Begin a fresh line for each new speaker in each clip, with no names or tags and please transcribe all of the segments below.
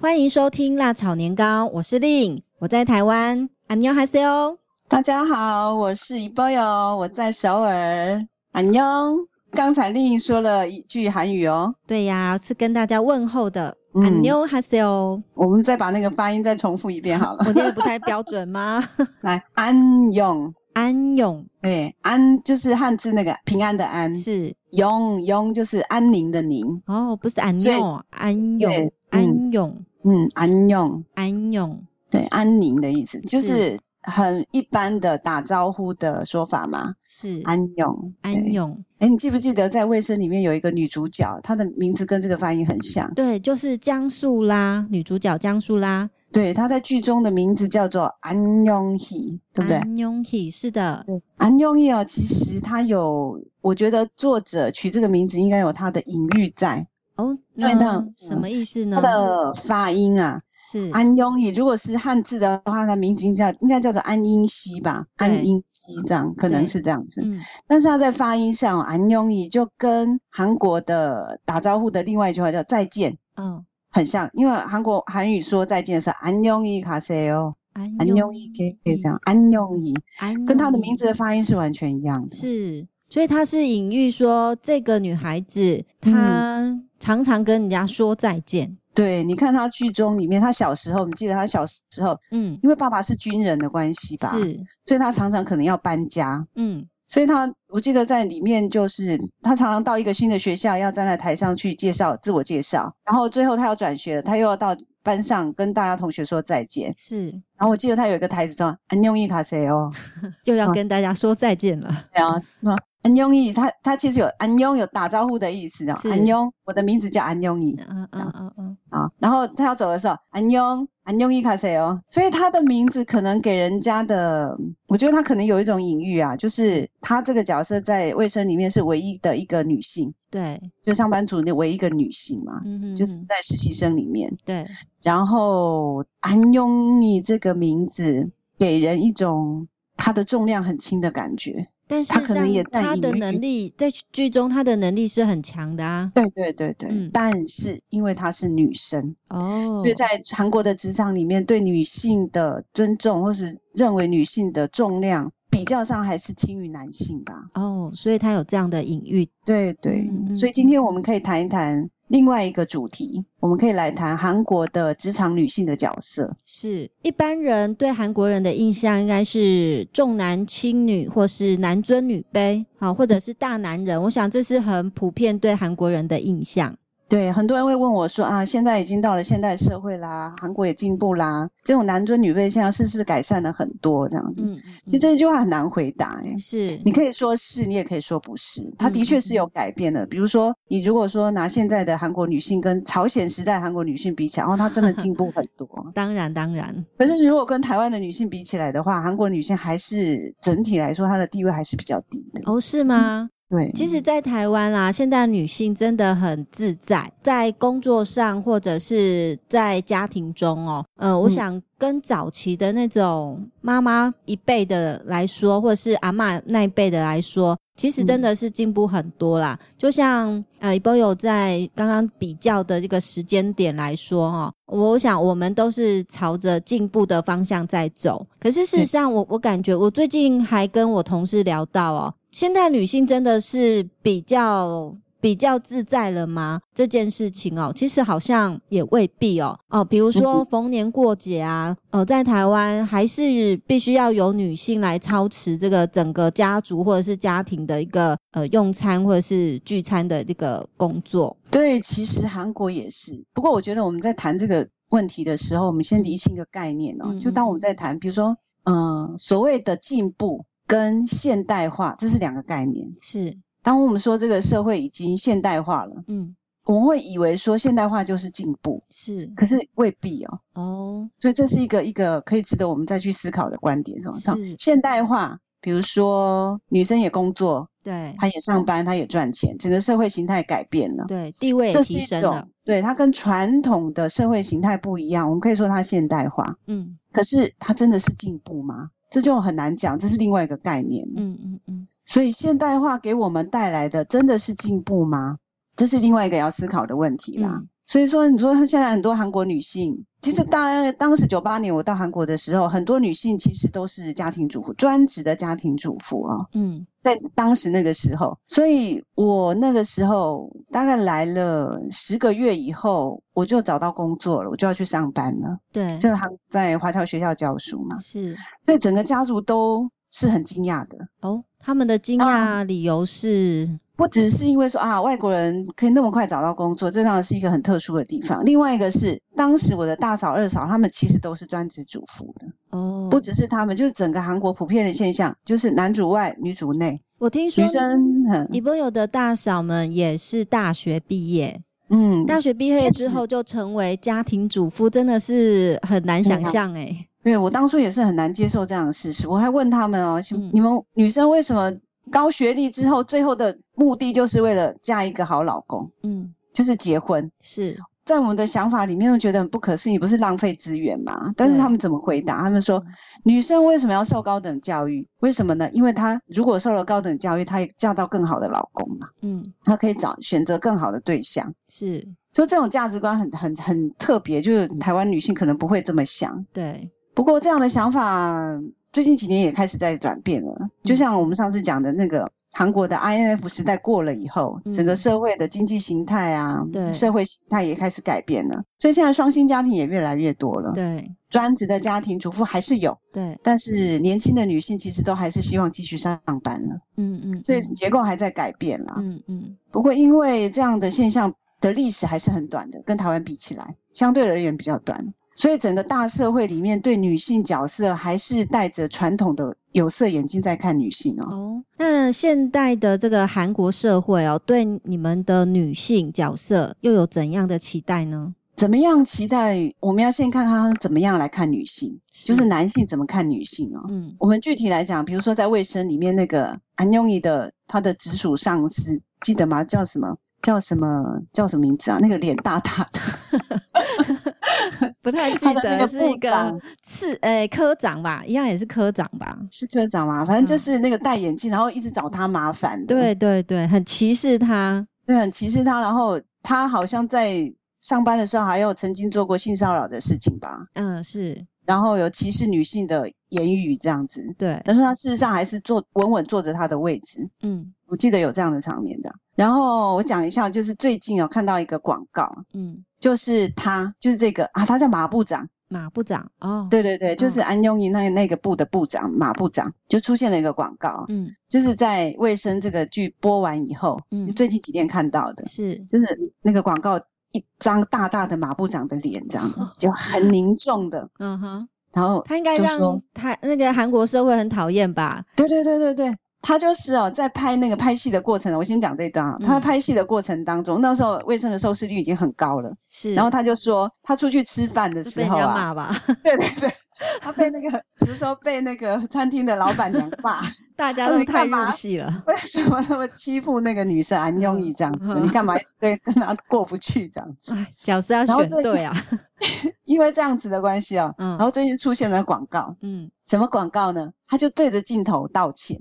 欢迎收听《辣炒年糕》，我是令，我在台湾。안녕하세 요。
大家好，我是一波友，我在首尔。안녕。刚才丽颖说了一句韩语哦，
对呀，是跟大家问候的。
嗯
안녕하세 요。
我们再把那个发音再重复一遍好了。
我念的不太标准吗？
来，安永，
安永，
对，安就是汉字那个平安的安，
是
永永就是安宁的宁。
哦，不是安
所以
永，安永
对，
安永，
嗯，安永，
安永。
对，安宁的意思，就是是很一般的打招呼的说法嘛。
是
安永，对
安。永，
哎，你记不记得在《卫生》里面有一个女主角，她的名字跟这个发音很像。
对，就是江素啦，女主角江素啦，
对，她在剧中的名字叫做安永熙，对不对？
安永喜是的，
安永义哦，其实它有，我觉得作者取这个名字应该有它的隐喻在，
哦，
对
那
的
什么意思呢
它？的发音啊。
是
安永义如果是汉字的话，它名字应该应该叫做安音熙吧，
对
安音熙这样，可能
对
是这样子。
嗯，
但是它在发音上，哦安永义就跟韩国的打招呼的另外一句话叫再见
哦，
很像，因为韩国韩语说再见是安永义卡塞哦，
安
安永义可以可以这样，安永义
安
跟它的
永
名字的发音是完全一样
嗯
的。
是，所以他是隐喻说这个女孩子她常常跟人家说再见，
对，你看他剧中里面，他小时候，你记得他小时候，
嗯，
因为爸爸是军人的关系吧，
是，
所以他常常可能要搬家，
嗯，
所以他我记得在里面就是他常常到一个新的学校，要站在台上去介绍自我介绍，然后最后他要转学了，他又要到班上跟大家同学说再见。
是，
然后我记得他有一个台词叫“安永义卡塞哦
又要
啊
跟大家说再见了，”，
对啊，说安永义，他他其实有安永有打招呼的意思啊，
是
安永，我的名字叫安永义。
嗯嗯嗯嗯，
啊，然后他要走的时候，安永安永伊卡塞哦，所以他的名字可能给人家的，我觉得他可能有一种隐喻啊，就是他这个角色在《卫生》里面是唯一的一个女性，
对，
就上班族的唯一一个女性嘛，
嗯哼，
就是
嗯
在实习生里面。
对，
然后安永伊这个名字给人一种她的重量很轻的感觉。
但是
她可能
像
也在
她
隐
的
喻
能力，在剧中她的能力是很强的啊，
对对对对，
嗯
但是因为她是女生，
哦，
所以在韩国的职场里面，对女性的尊重，或是认为女性的重量，比较上还是轻于男性吧。
哦，所以她有这样的隐喻，
对对，
嗯嗯
所以今天我们可以谈一谈另外一个主题，我们可以来谈韩国的职场女性的角色。
是一般人对韩国人的印象应该是重男轻女，或是男尊女卑，好，或者是大男人。我想这是很普遍对韩国人的印象。
对，很多人会问我说啊，现在已经到了现代社会啦，韩国也进步啦，这种男尊女卑现象是不是改善了很多？这样子，
嗯，
其实这句话很难回答、欸，
嗯是
你可以说是，你也可以说不是。它的确
嗯。
是有改变的。比如说，你如果说拿现在的韩国女性跟朝鲜时代韩国女性比起来，哦，她真的进步很多
当然当然
可是如果跟台湾的女性比起来的话，韩国女性还是整体来说她的地位还是比较低的。
哦，是吗？
对，
其实，在台湾啦、现在女性真的很自在，在工作上或者是在家庭中哦，呃，我
嗯
想跟早期的那种妈妈一辈的来说，或者是阿嬷那一辈的来说。其实真的是进步很多啦，就像呃，一波有在刚刚比较的这个时间点来说哈、我想我们都是朝着进步的方向在走。可是事实上我，我感觉我最近还跟我同事聊到哦，现在女性真的是比较。比较自在了吗？这件事情哦，其实好像也未必哦。哦，比如说逢年过节啊，呃，在台湾还是必须要由女性来操持这个整个家族或者是家庭的一个呃用餐或者是聚餐的这个工作。
对，其实韩国也是。不过我觉得我们在谈这个问题的时候，我们先厘清一个概念哦，
嗯
就当我们在谈，比如说，嗯、所谓的进步跟现代化，这是两个概念。
是，
当我们说这个社会已经现代化了，
嗯，
我们会以为说现代化就是进步，
是
可是未必哦。
哦，
所以这是一个一个可以值得我们再去思考的观点，是吧？像
是
现代化，比如说女生也工作，
对
她也上班，她也赚钱，整个社会形态改变了，
对，地位也
这
提
是一
升了
种。对它跟传统的社会形态不一样，我们可以说它现代化，
嗯
可是它真的是进步吗？这就很难讲，这是另外一个概念。
嗯嗯嗯，
所以现代化给我们带来的真的是进步吗？这是另外一个要思考的问题啦。
嗯
所以说，你说现在很多韩国女性，其实当当时九八年我到韩国的时候，很多女性其实都是家庭主妇，专职的家庭主妇啊、
嗯
在当时那个时候，所以我那个时候大概来了十个月以后，我就找到工作了，我就要去上班了。
对，
这个还在华侨学校教书嘛，
是
所以整个家族都是很惊讶的。
哦，他们的惊讶理由是，
不只是因为说啊，外国人可以那么快找到工作，这当然是一个很特殊的地方。另外一个是，当时我的大嫂、二嫂，他们其实都是专职主妇的，
哦，
不只是他们，就是整个韩国普遍的现象，就是男主外女主内，
我听说
女生很
你朋友的大嫂们也是大学毕业，
嗯，
大学毕业之后就成为家庭主妇，真的是很难想象哎、
对我当初也是很难接受这样的事实。我还问他们哦，
嗯
你们女生为什么高学历之后，最后的目的就是为了嫁一个好老公，
嗯，
就是结婚？
是
在我们的想法里面，又觉得很不可思议，不是浪费资源吗？但是
对
他们怎么回答？他们说，女生为什么要受高等教育？为什么呢？因为她如果受了高等教育，她也嫁到更好的老公嘛，
嗯
她可以找选择更好的对象。
是，
所以这种价值观很很很特别，就是台湾女性可能不会这么想。
对，
不过这样的想法最近几年也开始在转变了，
嗯
就像我们上次讲的那个。韩国的 IMF 时代过了以后，
嗯
整个社会的经济形态啊，
对
社会形态也开始改变了，所以现在双薪家庭也越来越多了。
对
专职的家庭主妇还是有，
对，
但是年轻的女性其实都还是希望继续上班了，
嗯嗯，
所以结构还在改变啦。
嗯嗯
不过因为这样的现象的历史还是很短的，跟台湾比起来，相对而言比较短。所以整个大社会里面，对女性角色还是带着传统的有色眼镜在看女性哦。
哦，那现代的这个韩国社会哦，对你们的女性角色又有怎样的期待呢？
怎么样期待？我们要先看看他怎么样来看女性，就是
是
男性怎么看女性哦。
嗯
我们具体来讲，比如说在卫生里面那个安永仪的他的直属上司，记得吗？叫什么？叫什么？叫什么名字啊？那个脸大大的，
不太记
他的那
得
个
是一
部
个
长
次诶科长吧，一样也是科长吧。
是科长吗？反正就是那个戴眼镜，然后一直找他麻烦的，
对对对，很歧视他。
对，很歧视嗯他。然后他好像在上班的时候，还有曾经做过性骚扰的事情吧，
嗯，是
然后有歧视女性的言语这样子。
对，
但是他事实上还是坐稳稳坐着他的位置，
嗯
我记得有这样的场面的。然后我讲一下，就是最近有看到一个广告，
嗯，
就是他，就是这个啊，他叫马部长，
马部长哦，，
对对对，就是安庸仪那那个部的部长马部长，就出现了一个广告，
嗯
就是在卫生这个剧播完以后，
嗯
最近几天看到的，
是，
就是那个广告一张大大的马部长的脸这样子，就很凝重的，
嗯哼，
然后
哦他应该
就
让
说
他那个韩国社会很讨厌吧？
对对对对对。他就是哦，在拍那个拍戏的过程，我先讲这一段啊。
嗯
他拍戏的过程当中，那时候卫生的收视率已经很高了，
是，
然后他就说，他出去吃饭的
就
时
被人
候
家
啊，
骂吧，
对对对，他被那个，比如说被那个餐厅的老板娘 骂，
大家
他
都
说你
太
干
入
嘛
戏了。
为什么那么欺负那个女生安庸仪这样子？
嗯
你干嘛一直对跟她过不去这样子？
哎，角色要
然后
选
最
对啊，
因为这样子的关系哦，
嗯
然后最近出现了广告，
嗯，
什么广告呢？他就对着镜头道歉，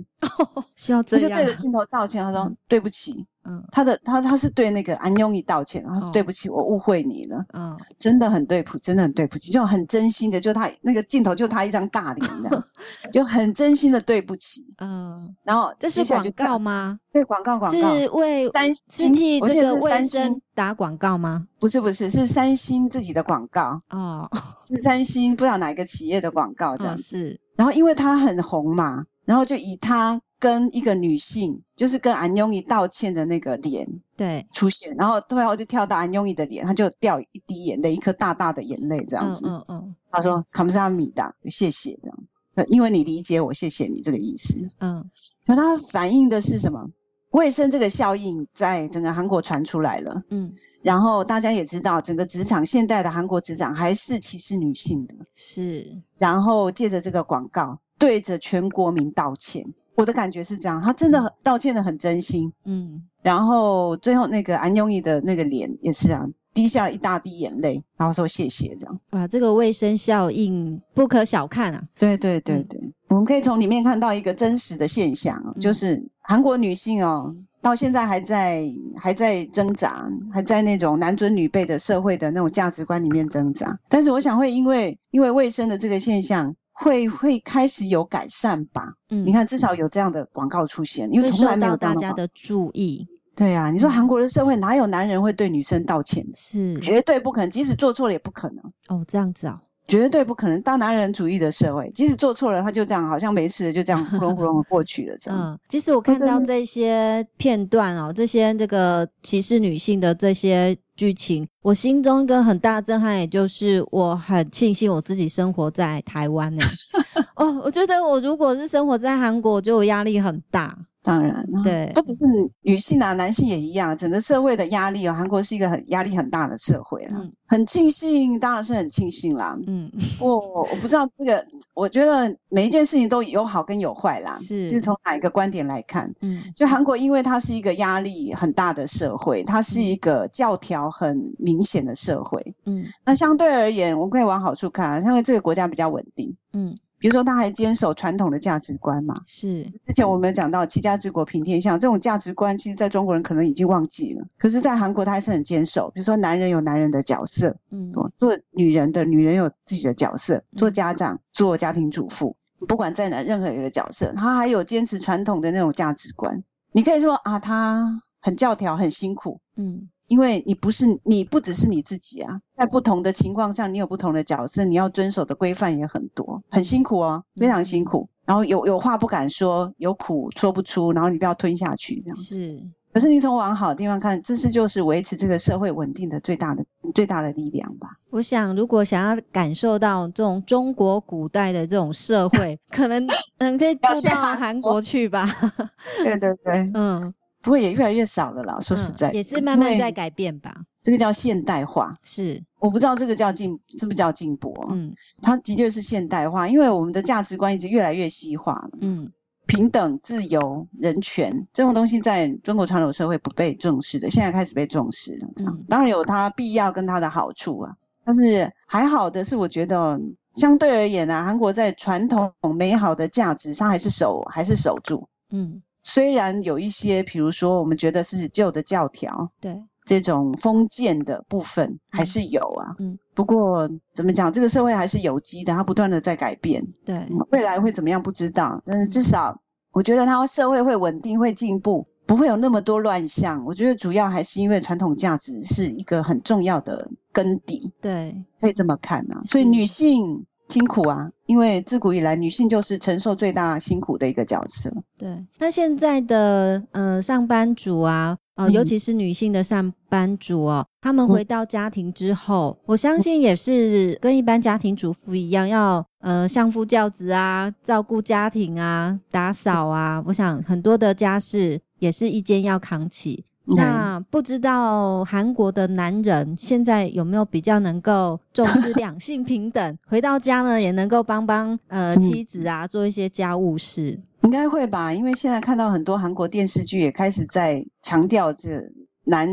需要
他
这
就
样啊
对，着镜头道歉，他说
嗯
对不起。
嗯
他的他他是对那个安庸仪道歉，他
哦
说对不起，我误会你了，
嗯，
真的很对不起，真的很对不起，就很真心的，就他那个镜头就他一张大脸这 样，就很真心的对不起。
嗯，
然后
这是
接下
广
来就
告吗？
对广告广告
是为
三
是替
我记
这
得
个
是
卫
三
生
星
打广告吗？
不是不是是三星自己的广告，
哦，
是三星不知道哪一个企业的广告这样
哦
子。
是，
然后因为他很红嘛，然后就以他跟一个女性，就是跟安庸仪道歉的那个脸
对，
出现，然后突然后就跳到安庸仪的脸，他就掉一滴眼泪，一颗大大的眼泪这样
嗯
子。
嗯嗯
他说卡 a 萨米达，谢谢这样子。呃因为你理解我，谢谢你这个意思。
嗯，
所以它反映的是什么？卫生这个效应在整个韩国传出来了。
嗯，
然后大家也知道，整个职场现代的韩国职场还是歧视女性的。
是，
然后借着这个广告，对着全国民道歉。我的感觉是这样，他真的很道歉的很真心。
嗯
然后最后那个安永义的那个脸也是啊，滴下了一大滴眼泪，然后说谢谢这样。
哇，这个卫生效应不可小看啊。
对对对
嗯
对，我们可以从里面看到一个真实的现象哦，就
嗯
是韩国女性哦，到现在还在还在挣扎，还在那种男尊女卑的社会的那种价值观里面挣扎。但是我想会因为因为卫生的这个现象，会会开始有改善吧？
嗯，
你看，至少有这样的广告出现，因为
会
从来
受
没有
到大
这样的
家
广告
的嗯注意，
对啊，你说韩国的社会哪有男人会对女生道歉的？
是
绝对不可能，即使做错了也不可能，
哦，这样子哦，
绝对不可能。大男人主义的社会，即使做错了，他就这样，好像没事，就这样糊弄糊弄地过去了，这 样。
嗯，其实我看到这些片段哦，这些这个歧视女性的这些剧情，我心中一个很大的震撼，也就是我很庆幸我自己生活在台 湾呢、哦，我觉得我如果是生活在韩国，我觉得我压力很大。
当然，
对
嗯不只是女性啊，男性也一样，整个社会的压力哦，韩国是一个很压力很大的社会啦。
嗯
很庆幸，当然是很庆幸啦。
嗯，
不过 我不知道这个，我觉得每一件事情都有好跟有坏啦，
是
就是从哪一个观点来看。
嗯
就韩国，因为它是一个压力很大的社会，它是一个教条很明显的社会。
嗯
那相对而言，我们可以往好处看、啊，因为这个国家比较稳定。
嗯，
比如说，它还坚守传统的价值观嘛。
是
之前我们讲到“齐家治国平天下”这种价值观，其实在中国人可能已经忘记了，可是，在韩国它还是很坚守。比如说，男人有男人的角色，
嗯
哦做女人的女人有自己的角色，做家长，做家庭主妇，不管在哪任何一个角色，她还有坚持传统的那种价值观。你可以说啊，她很教条，很辛苦，
嗯
因为你不是你不只是你自己啊，在不同的情况下，你有不同的角色，你要遵守的规范也很多，很辛苦哦，非常辛苦。然后有有话不敢说，有苦说不出，然后你不要吞下去这样。
是
可是你从往好的地方看，这是就是维持这个社会稳定的最大的最大的力量吧。
我想，如果想要感受到这种中国古代的这种社 会，可能嗯可以
要
住
去
到
韩
韩
国
国去吧。
对对对，
嗯，
不过也越来越少了啦。说实在，
嗯、也是慢慢
因为
在改变吧。
这个叫现代化。
是，
我不知道这个叫进是不是叫进步哦？
嗯
它的确是现代化，因为我们的价值观已经越来越西化了。
嗯
平等、自由、人权这种东西，在中国传统社会不被重视的，现在开始被重视了。这样
嗯
当然有它必要跟它的好处啊，但是还好的是，我觉得哦相对而言啊，韩国在传统美好的价值上还是守还是守住。
嗯，
虽然有一些，比如说我们觉得是旧的教条，
对，
这种封建的部分还是有啊。
嗯
不过怎么讲，这个社会还是有机的，它不断的在改变。
对，
嗯未来会怎么样不知道，但是至少我觉得它社会会稳定，会进步，不会有那么多乱象。我觉得主要还是因为传统价值是一个很重要的根底，
对，
可以这么看啊。所以女性辛苦啊，因为自古以来女性就是承受最大辛苦的一个角色。
对。那现在的呃上班族啊，呃，尤
嗯
其是女性的上班族哦，他们
嗯
回到家庭之后，我相信也是跟一般家庭主妇一样，要呃相夫教子啊，照顾家庭啊，打扫啊，我想很多的家事也是一肩要扛起。
嗯
那不知道韩国的男人现在有没有比较能够重 视两性平等？回到家呢，也能够帮帮呃
嗯
妻子啊做一些家务事。
应该会吧，因为现在看到很多韩国电视剧也开始在强调这男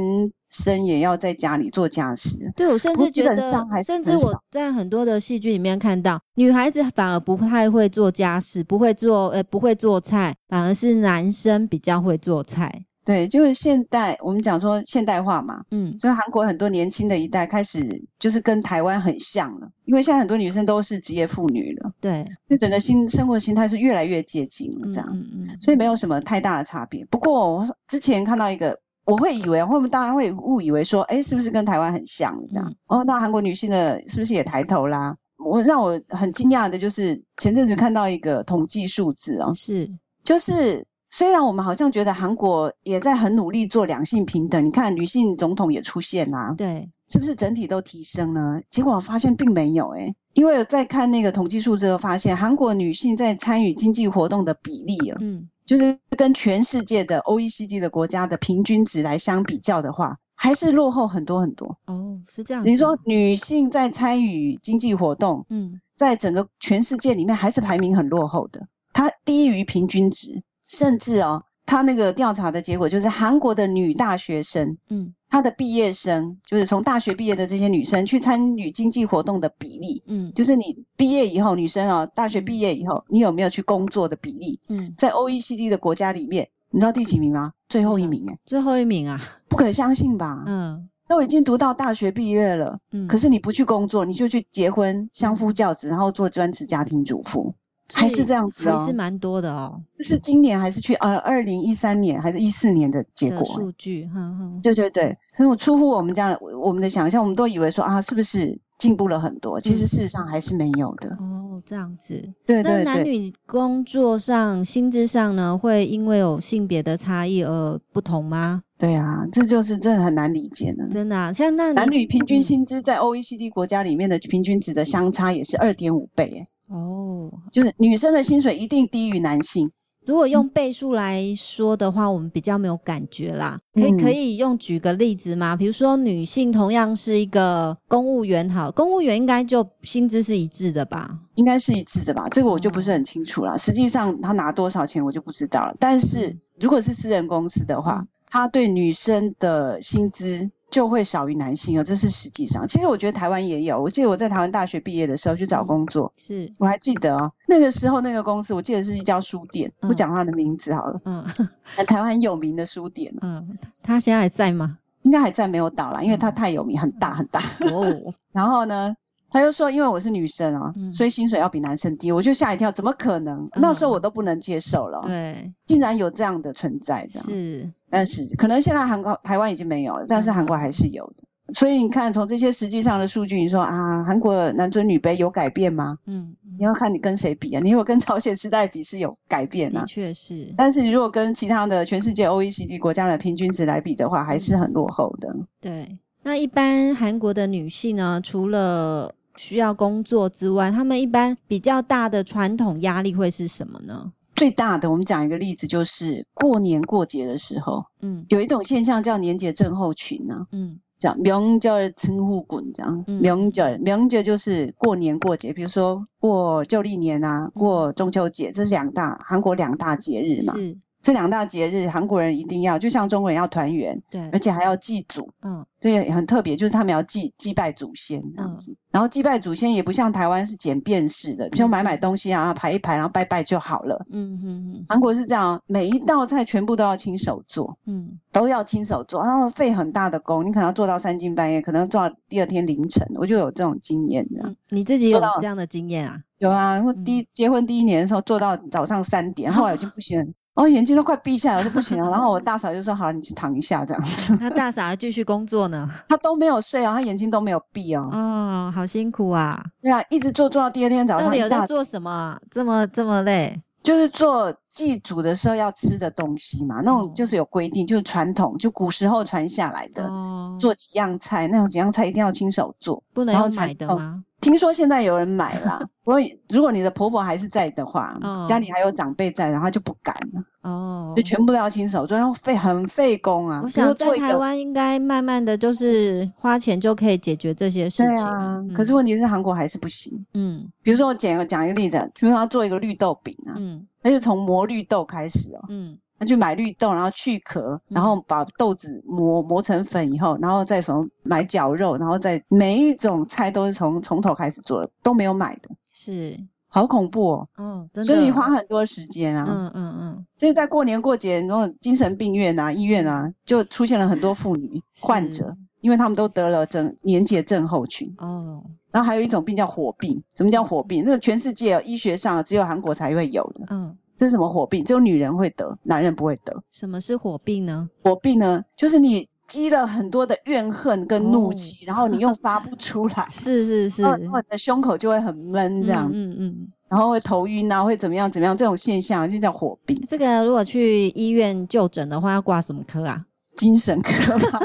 生也要在家里做家事。
对我甚
不过
至
基
觉
本
得
上还，是
甚至
很
我
少
在很多的戏剧里面看到，女孩子反而不太会做家事，不会做呃不会做菜，反而是男生比较会做菜。
对，就是现代我们讲说现代化嘛，
嗯
所以韩国很多年轻的一代开始就是跟台湾很像了，因为现在很多女生都是职业妇女了，
对，
就整个新生活形态是越来越接近了
嗯
这样，
嗯嗯，
所以没有什么太大的差别。不过我之前看到一个，我会以为，我们当然会误以为说，哎，是不是跟台湾很像这样？
嗯
哦，那韩国女性的是不是也抬头啦？我让我很惊讶的就是前阵子看到一个统计数字哦，
嗯是
就是虽然我们好像觉得韩国也在很努力做两性平等，你看女性总统也出现啦、
对，
是不是整体都提升呢？结果我发现并没有诶、因为我在看那个统计数字，发现韩国女性在参与经济活动的比例啊，
嗯
就是跟全世界的 OECD 的国家的平均值来相比较的话，还是落后很多很多。
哦是这样子。
等于说，女性在参与经济活动，
嗯
在整个全世界里面还是排名很落后的，它低于平均值，甚至哦，它那个调查的结果就是韩国的女大学生
嗯
她的毕业生，就是从大学毕业的这些女生去参与经济活动的比例，
嗯
就是你毕业以后，女生哦，大学毕业以后，你有没有去工作的比例，
嗯
在 OECD 的国家里面，你知道第几名吗？最后一名哎、
最后一名啊，
不可相信吧？
嗯
那我已经读到大学毕业了，
嗯，
可是你不去工作，你就去结婚、相夫教子，然后做专职家庭主妇，还是这
样
样子
还
哦
是？蛮多的哦，
就是今年还是去呃二零一三年还是一四年的结
的
果欸、
数据，哼哼，
对对对，所以我出乎我们这样我我们的想象，我们都以为说啊，是不是进步了很多？其实
嗯
事实上还是没有的。
哦，这样子。
对
那
对
男
对，
女工作上、薪资上呢，会因为有性别的差异而不同吗？
对啊，这就是真的很难理解呢。
真的、啊，像那你
嗯男女平均
嗯
薪资在 OECD 国家里面的平均值的相差也是二点五倍，哎，
哦，
就是女生的薪水一定低于男性。
如果
嗯
用倍数来说的话，我们比较没有感觉啦。可以
嗯
可以用举个例子吗？比如说女性同样是一个公务员，好，公务员应该就薪资是一致的吧？
应该是一致的吧？这个我就不是
哦
很清楚啦。实际上他拿多少钱我就不知道了。但是
嗯
如果是私人公司的话
嗯，
他对女生的薪资就会少于男性哦，这是实际上。其实我觉得台湾也有，我记得我在台湾大学毕业的时候去找
嗯
工作，
是，
我还记得哦，那个时候那个公司我记得是一家书店，不
嗯
讲它的名字好了，
嗯
台湾很有名的书店哦，
嗯，他现在还在 吗？
应该还在没有倒啦，因为它
嗯
太有名，很大很大。
哦，
然后呢，他就说，因为我是女生啊，
嗯
所以薪水要比男生低，我就吓一跳，怎么可能？那时候我都不能接受了，
对，
竟然有这样的存在，哦这样。
是，嗯
但是可能现在韩国、台湾已经没有了，但是韩国还是有的。所以你看，从这些实际上的数据，你说啊，韩国男尊女卑有改变吗？
嗯，
你要看你跟谁比啊，你如果跟朝鲜时代比是有改变
的
啊，
确是，
但是你如果跟其他的全世界 OECD 国家的平均值来比的话，还是很落后的。
对。那一般韩国的女性呢，除了需要工作之外，她们一般比较大的传统压力会是什么呢？
最大的，我们讲一个例子，就是过年过节的时候，
嗯
有一种现象叫年节症候群啊，
嗯
这样명절称呼滚这样，
嗯
명절 명절就是过年过节，比如说过旧历年啊，
嗯
过中秋节，这是两大韩国两大节日嘛。
是，
这两大节日，韩国人一定要，就像中国人要团圆，
对
而，且还要祭祖，
嗯
这也很特别，就是他们要祭祭拜祖先这样子。然后祭拜祖先也不像台湾是简便式的，比如买买东西啊，然后排一排，然后拜拜就好了。
嗯哼
韩国是这样，每一道菜全部都要亲手做，
嗯
都要亲手做，然后费很大的工，你可能要做到三更半夜，可能要做到第二天凌晨，我就有这种经验的。
嗯，你自己有
做到
这样的经验 啊？
有啊，我第一结婚第一年的时候做到早上三点，后来我就不行 了，哦，眼睛都快闭下来，我就不行了。然后我大嫂就说：“好，你去躺一下。”这样子，
那大傻继续工作呢？
她都没有睡哦，她眼睛都没有闭哦。
哦，好辛苦啊！
对啊，一直做做到第二天早
到
上
底
一
有在
大，
做什么啊？这么这么累？
就是做祭祖的时候要吃的东西嘛，那
哦
种就是有规定，就是传统，就古时候传下来的。
哦，
做几样菜，那种几样菜一定要亲手做。
不能
然后
用
才
买的
哦
吗？
听说现在有人买 啦，不过如果你的婆婆还是在的话，
嗯
家里还有长辈在，然后她就不敢了，
哦
就，全部都要亲手做，然后费很费工啊。
我
比如
想
说
在
做一
台
个。
湾应该慢慢的就是花钱就可以解决这些事
对
情
啊
了。，嗯
可是问题是韩国还是不行。
嗯
比如说我讲讲一个例子，比如说要做一个绿豆饼啊，
嗯
那就从磨绿豆开始哦，
嗯
那就买绿豆，然后去壳，然后把豆子磨磨成粉以后，然后再从买绞肉，然后再每一种菜都是从从头开始做的，都没有买的，
是
好恐怖哦。
哦，真的。
所以花很多时间啊。
嗯嗯嗯，
所以在过年过节，然后精神病院啊、医院啊，就出现了很多妇女患者
是，
因为他们都得了症年节症候群。
哦，
然后还有一种病叫火病，什么叫火病？这个全世界、哦、医学上只有韩国才会有的。
嗯，
这是什么火病？只有女人会得，男人不会得。
什么是火病呢？，
火病呢，就是你积了很多的怨恨跟怒气，然后你又发不出来
是是哦是，
然后然后你的胸口就会很闷这样子，
哦嗯嗯嗯嗯。
然后会头晕啊，会怎么样怎么样，这种现象就叫火病。
这个如果去医院就诊的话，要挂什么科啊？
精神科吧，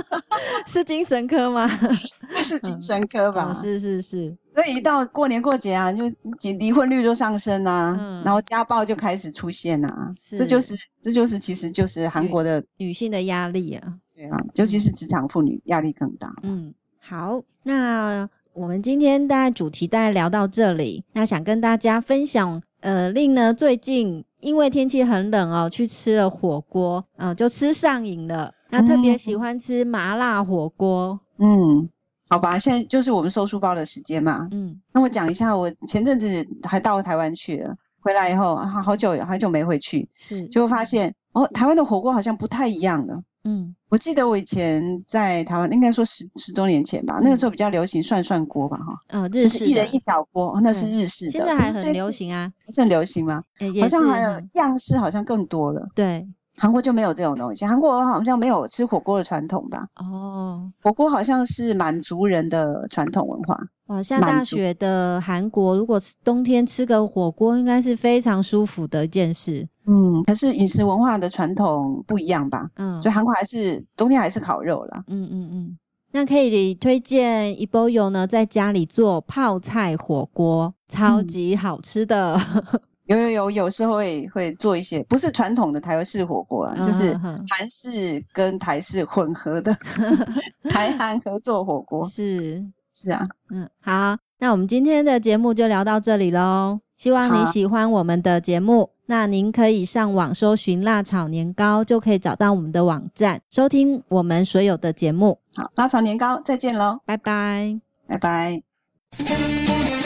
是精神科吗？
是精神科吧？
哦是是是，
所以一到过年过节啊，就结离婚率就上升啊，
嗯
然后家暴就开始出现啊，
是
这就是这就是其实就是韩国的
女性的压力啊。
对啊，尤其是职场妇女压力更大。
嗯，好，那我们今天大概主题大概聊到这里，那想跟大家分享，呃，令呢最近因为天气很冷哦，去吃了火锅，嗯、就吃上瘾了。那特别喜欢吃麻辣火锅，
嗯，好吧，现在就是我们收书包的时间嘛。
嗯，
那我讲一下，我前阵子还到台湾去了，回来以后啊，好久好久没回去，
是，
就发现哦，台湾的火锅好像不太一样的。
嗯
我记得我以前在台湾，应该说十十多年前吧，那个时候比较流行涮涮锅吧，哈，
嗯，
就
日
是一
式的
人一小锅，哦那是
对
日式的。
现在
可
还
是
很
这
流
次，
行啊，
还是很流行吗？
诶
好
也是
像还有
嗯
样式，好像更多了。
对
韩国就没有这种东西，韩国好像没有吃火锅的传统吧？
哦。
火锅好像是满族人的传统文化。
哇，下
满
大
足
雪的韩国，如果吃冬天吃个火锅，应该是非常舒服的一件事。
嗯，可是饮食文化的传统不一样吧？
嗯，
所以韩国还是冬天还是烤肉啦。
嗯嗯嗯，那可以推荐一波油呢，在家里做泡菜火锅，超
嗯
级好吃的。
有有有，有时候会会做一些不是传统的台式火锅啊， 就是
嗯哼哼
韩式跟台式混合的台韩合作火锅。
是，
是啊，
嗯，好，那我们今天的节目就聊到这里喽。希望你
好
喜欢我们的节目，那您可以上网搜寻“辣炒年糕”，就可以找到我们的网站，收听我们所有的节目。
好，辣炒年糕，再见喽，
拜拜。
拜拜。